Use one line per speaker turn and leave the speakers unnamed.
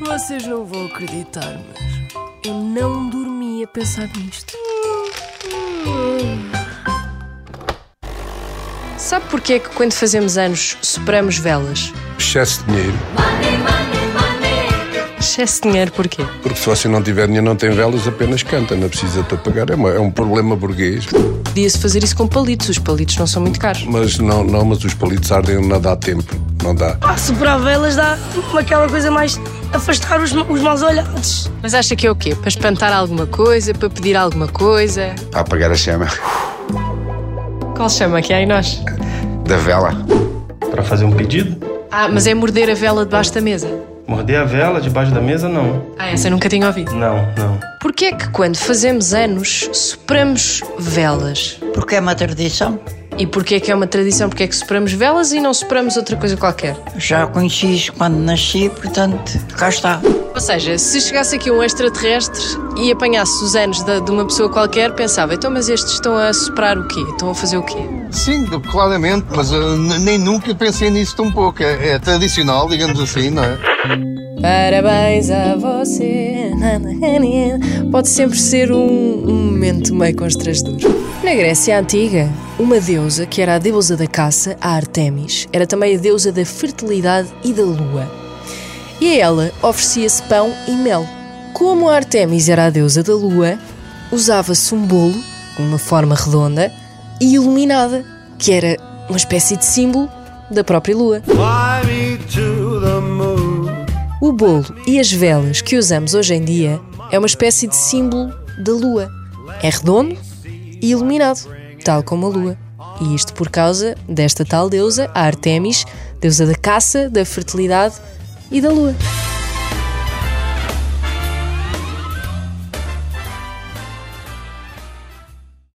Vocês não vão acreditar, mas eu não dormi a pensar nisto. Sabe porquê é que quando fazemos anos sopramos velas?
Excesso de dinheiro.
Excesso de dinheiro porquê?
Porque se você não tiver dinheiro, não tem velas, apenas canta, não precisa te pagar. É, uma- é um problema burguês.
Podia-se fazer isso com palitos, os palitos não são muito caros.
Mas não, não, mas os palitos ardem, não dá tempo. Não dá.
Ah, soprar velas dá aquela coisa mais afastar os, os maus olhados.
Mas acha que é o quê? Para espantar alguma coisa? Para pedir alguma coisa?
Tá a apagar a chama
Qual chama que é em nós?
da vela.
Para fazer um pedido?
Ah, mas é morder a vela debaixo da mesa.
Morder a vela debaixo da mesa? Não.
Ah, essa eu nunca tinha ouvido.
Não, não.
Porquê é que quando fazemos anos sopramos velas?
Porque é uma tradição.
E porquê é que é uma tradição? Porquê é que sopramos velas e não sopramos outra coisa qualquer?
Já conheci isso quando nasci, portanto, cá está.
Ou seja, se chegasse aqui um extraterrestre e apanhasse os anos da- de, uma pessoa qualquer, pensava, então mas estes estão a soprar o quê? Estão a fazer o quê?
Sim, claramente, mas eh, n- nem nunca pensei nisso tão pouco. É, é tradicional, digamos assim, não é?
Parabéns a você. Pode sempre ser um, um momento meio constrangedor. Na Grécia Antiga, uma deusa que era a deusa da caça, a Artemis, era também a deusa da fertilidade e da lua. E a ela oferecia-se pão e mel. Como a Artemis era a deusa da lua, usava-se um bolo, com uma forma redonda e iluminada, que era uma espécie de símbolo da própria lua. O bolo e as velas que usamos hoje em dia é uma espécie de símbolo da lua. É redondo e iluminado, tal como a lua. E isto por causa desta tal deusa, a Artemis, deusa da caça, da fertilidade e da lua.